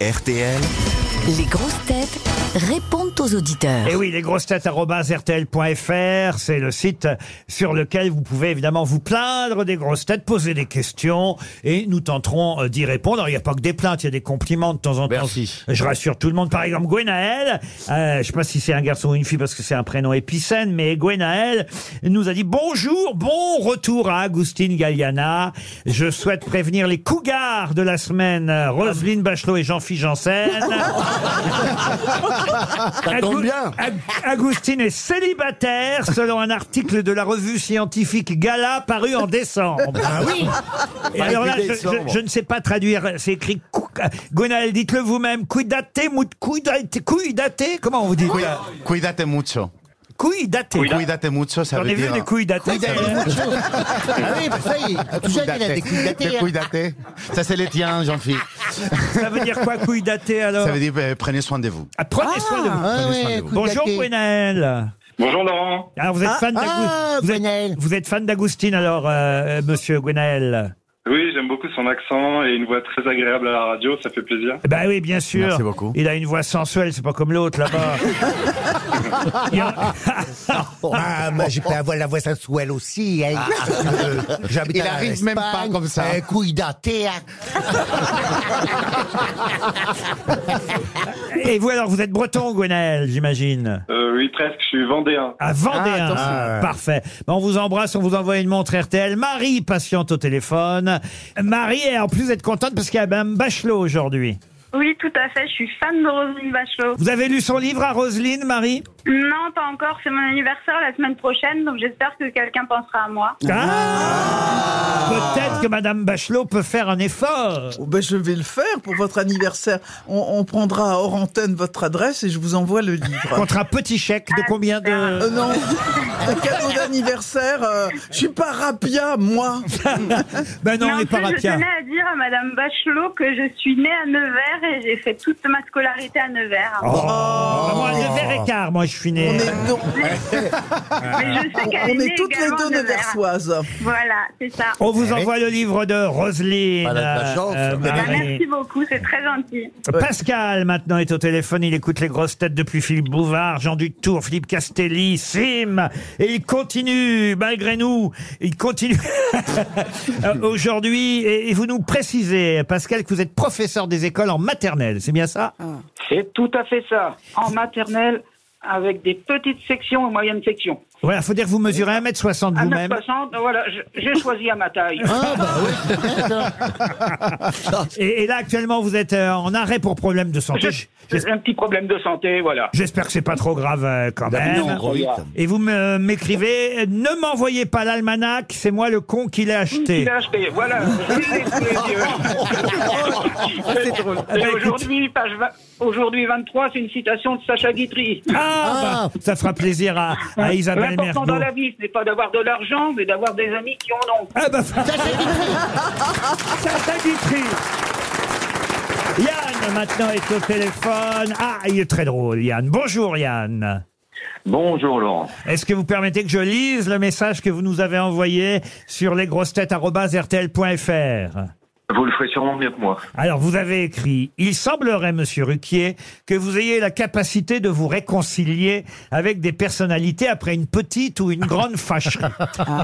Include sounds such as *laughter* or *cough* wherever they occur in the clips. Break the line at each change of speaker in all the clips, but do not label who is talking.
RTL.
Les grosses têtes répondent aux auditeurs.
Et Eh oui, les grosses lesgrossetêtes.rtl.fr, c'est le site sur lequel vous pouvez évidemment vous plaindre des grosses têtes, poser des questions et nous tenterons euh, d'y répondre. Alors, il n'y a pas que des plaintes, il y a des compliments de temps en temps.
Merci.
Je rassure tout le monde. Par exemple, Gwenaël, euh, je ne sais pas si c'est un garçon ou une fille parce que c'est un prénom épicène, mais Gwenaël nous a dit bonjour, bon retour à Agustine Galliana. Je souhaite prévenir les cougars de la semaine, euh, Roselyne Bachelot et Jean-Philippe Janssen.
Ça tombe
Agu-
bien.
Ag- Agustine est célibataire selon un article de la revue scientifique Gala paru en décembre.
Ah
oui. Et alors là, je,
décembre.
je- je ne sais pas traduire. C'est écrit. cou- Gwenaël, dites-le vous-même. Cuidate, mut- cuidate, cuidate. Comment on vous dit
Cuídate mucho.
Cuidate.
Cuídate mucho, ça
J'en
veut
ai vu
dire.
des cuidate.
Ah oui, bah ça y est, tout ça, il a des coups de daté,
Te
hein.
cuídate. Ça, c'est les tiens, Jean-Philippe.
Ça veut dire quoi, cuidate alors
Ça veut dire euh, prenez soin de vous.
Ah, Prenez soin de vous.
Ah
Prenez soin
ouais,
de vous.
coups de
Bonjour,
daté.
Gwenaël.
Bonjour Laurent.
Alors, vous êtes
Ah,
fan d'Agu-
ah,
vous, êtes,
Gwenaël.
vous êtes fan d'Agustine alors, euh, euh, monsieur Gwenaël
Oui, j'aime beaucoup son accent et une voix très agréable à la radio, ça fait plaisir.
Bah oui, bien sûr.
Merci beaucoup.
Il a une voix sensuelle, c'est pas comme l'autre là-bas.
*laughs*
Il y a-
Ah, moi, j'ai pas la voix, la voix sensuelle aussi. hein. Euh, *laughs* j'habite
Il
en
arrive même pas
Espagne,
comme ça.
Euh, couille datée, hein.
Et vous alors, vous êtes breton, Gwenaël, j'imagine.
Euh, oui, presque, je suis vendéen.
À Vendéen.
Ah,
Parfait. Bah, on vous embrasse, on vous envoie une montre RTL. Marie, patiente au téléphone. Marie, et en plus, vous êtes contente parce qu'il y a Mme Bachelot aujourd'hui.
Oui, tout à fait. Je suis fan de Roselyne Bachelot.
Vous avez lu son livre à Roselyne, Marie
Non, pas encore. C'est mon anniversaire la semaine prochaine, donc j'espère que quelqu'un pensera à moi.
Ah Peut-être que Mme Bachelot peut faire un effort.
Oh, ben, je vais le faire pour votre anniversaire. On, on prendra hors antenne votre adresse et je vous envoie le livre.
Contre un petit chèque de combien
Euh,
de...
non, un cadeau d'anniversaire. euh, je suis pas rapia, moi.
Ben non,
Mais
on
en
n'est
plus,
pas
je
rapia.
tenais à dire à Madame Bachelot que je suis née à Nevers et j'ai fait toute ma scolarité à Nevers.
Oh, Bah, moi, le verre écart, moi, je suis né.
On est, donc-
Mais je sais
on
qu'elle est née
est toutes les
également à
deux
Nevers.
neversoises.
Voilà, c'est ça.
On vous envoie le livre de Roselyne. Euh,
Pas de la chance. Ah,
Bah,
Marie.
merci beaucoup, c'est très gentil.
Pascal maintenant est au téléphone, il écoute les grosses têtes depuis Philippe Bouvard, Jean Dutour, Philippe Castelli, Sim, et il continue, malgré nous, il continue *laughs* Euh, aujourd'hui, et, et vous nous précisez, Pascal, que vous êtes professeur des écoles en maternelle, c'est bien ça
C'est tout à fait ça. En maternelle, avec des petites sections et moyennes sections.
Voilà, faut dire que vous mesurez 1m60
À
vous-même,
9,60, voilà, je- j'ai choisi à ma taille.
et, et là actuellement vous êtes euh, en arrêt pour problème de santé.
Je- J'ai un petit problème de santé, voilà.
J'espère que c'est pas trop grave euh, quand même. Et vous me- euh, m'écrivez, ne m'envoyez pas l'almanach, c'est moi le con qui l'ai acheté.
Il a acheté, voilà. je l'ai sous les yeux. Et aujourd'hui, page vingt- aujourd'hui 23, c'est une citation de Sacha Guitry.
Ah, bah, ça fera plaisir à, à Isabelle
L'important
Mergo.
dans la vie, ce n'est pas d'avoir de l'argent, mais d'avoir des amis qui en ont.
Ah bah, Sacha Guitry. Yann, maintenant, est au téléphone. Ah, il est très drôle, Yann. Bonjour, Yann.
Bonjour Laurent.
Est-ce que vous permettez que je lise le message que vous nous avez envoyé sur lesgrossetêtes.rtl.fr
Vous le ferez sûrement mieux que moi.
Alors, vous avez écrit « Il semblerait, Monsieur Ruquier, que vous ayez la capacité de vous réconcilier avec des personnalités après une petite ou une grande fâcherie.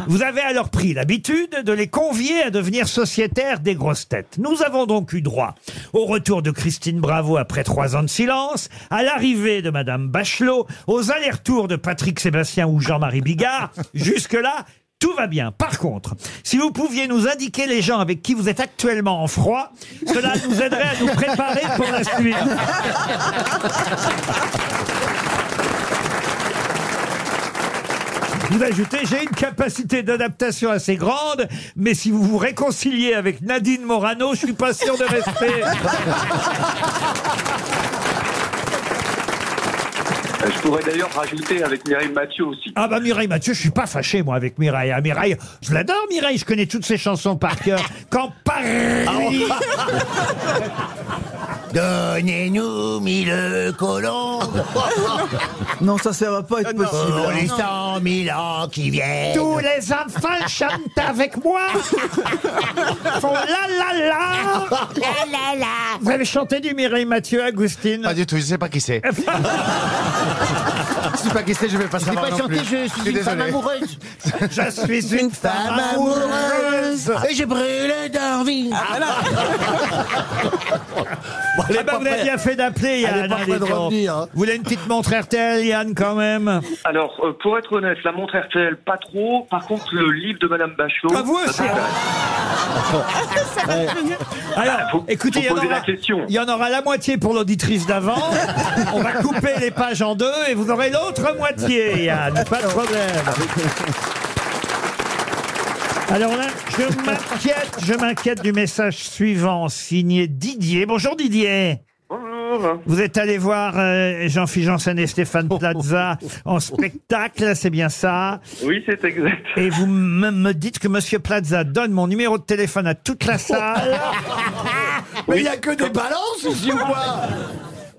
Vous avez alors pris l'habitude de les convier à devenir sociétaires des grosses têtes. Nous avons donc eu droit au retour de Christine Bravo après trois ans de silence, à l'arrivée de Madame Bachelot, aux allers-retours de Patrick Sébastien ou Jean-Marie Bigard. Jusque-là, tout va bien. Par contre, si vous pouviez nous indiquer les gens avec qui vous êtes actuellement en froid, cela nous aiderait à nous préparer pour la suite. Vous ajoutez, j'ai une capacité d'adaptation assez grande, mais si vous vous réconciliez avec Nadine Morano, je suis pas sûr de rester.
Euh, Je pourrais d'ailleurs rajouter avec Mireille Mathieu aussi.
Ah bah Mireille Mathieu, je suis pas fâché moi avec Mireille. Ah, Mireille, je l'adore Mireille, je connais toutes ses chansons par cœur. Quand Paris
Donnez-nous mille colombes
Non, ça, ça va pas être possible.
pour les
hein.
cent mille ans qui viennent.
Tous les enfants chantent avec moi. Font la la la. Vous avez chanté du Mireille Mathieu, Agustine
Pas du tout, je sais pas qui c'est. je sais pas qui c'est, je vais pas savoir non plus. suis désolé.
amoureuse.
*laughs* Je suis une femme amoureuse.
*laughs* Et je brûle d'envie.
Eh ben, vous avez bien fait d'appeler,
est
Yann.
pas
hein,
près
dis
de
donc.
revenir, hein.
Vous voulez une petite montre RTL, Yann, quand même
Alors, euh, pour être honnête, la montre RTL, pas trop. Par contre, le livre de Madame Bachelot.
Ah, vous aussi, hein.
ça,
Alors,
Faut-
Ah, écoutez, il
faut
y en
poser
aura-
la question.
il y en aura la moitié pour l'auditrice d'avant. On va couper les pages en deux et vous aurez l'autre moitié, Yann. Pas de problème. Alors là, je m'inquiète, je m'inquiète du message suivant signé Didier. Bonjour Didier.
Bonjour.
Vous êtes allé voir euh, Jean-Philippe Janssen et Stéphane Plaza en spectacle, c'est bien ça
Oui, c'est exact.
et vous me, me dites que Monsieur Plaza donne mon numéro de téléphone à toute la salle
Mais il n'y a que des balances ici ou quoi *laughs*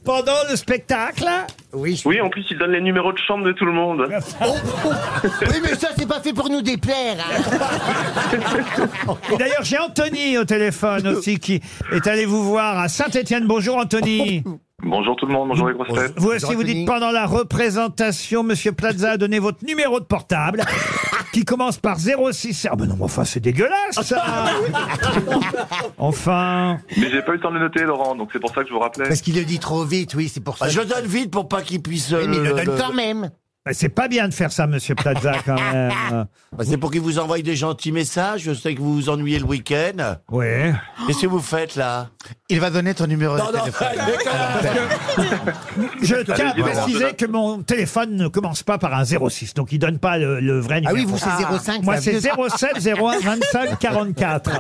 pendant le spectacle.
Oui.
Oui, en plus, il donne les numéros de chambre de tout le monde.
Oh, Oui, mais ça, c'est pas fait pour nous déplaire. hein.
Et d'ailleurs, j'ai Anthony au téléphone aussi qui est allé vous voir à Saint-Étienne. Bonjour Anthony.
Bonjour tout le monde, bonjour les grosses têtes.
Vous aussi, vous
Anthony.
dites pendant la représentation, Monsieur Plaza a donné votre numéro de portable qui commence par 06. Ah ben non, mais enfin, c'est dégueulasse ça. Enfin,
Mais j'ai pas eu le temps de le noter, Laurent, donc c'est pour ça que je vous rappelais.
Parce qu'il le dit trop vite, oui, c'est pour
Bah,
ça.
Je donne vite pour pas qu'il puisse.
Mais
euh,
il le
le-
donne
le-
quand même.
c'est pas bien de faire ça, Monsieur Plaza quand même.
Bah, C'est pour qu'il vous envoie des gentils messages. Je sais que vous vous ennuyez le week-end.
Ouais.
Qu'est-ce que vous faites là
Il va donner ton numéro de téléphone.
Je tiens à
Allez, dis-moi.
préciser que mon téléphone ne commence pas par un 06, donc il donne pas le, le vrai
Ah
numéro.
oui, vous, c'est 05.
Moi,
ça,
c'est
vieux.
07 01
*laughs*
25 44.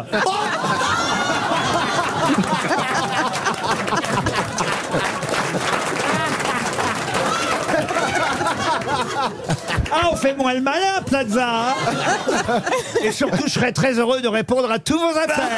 Ah, on fait moins le malin, Plaza hein Et surtout, je serais très heureux de répondre à tous vos appels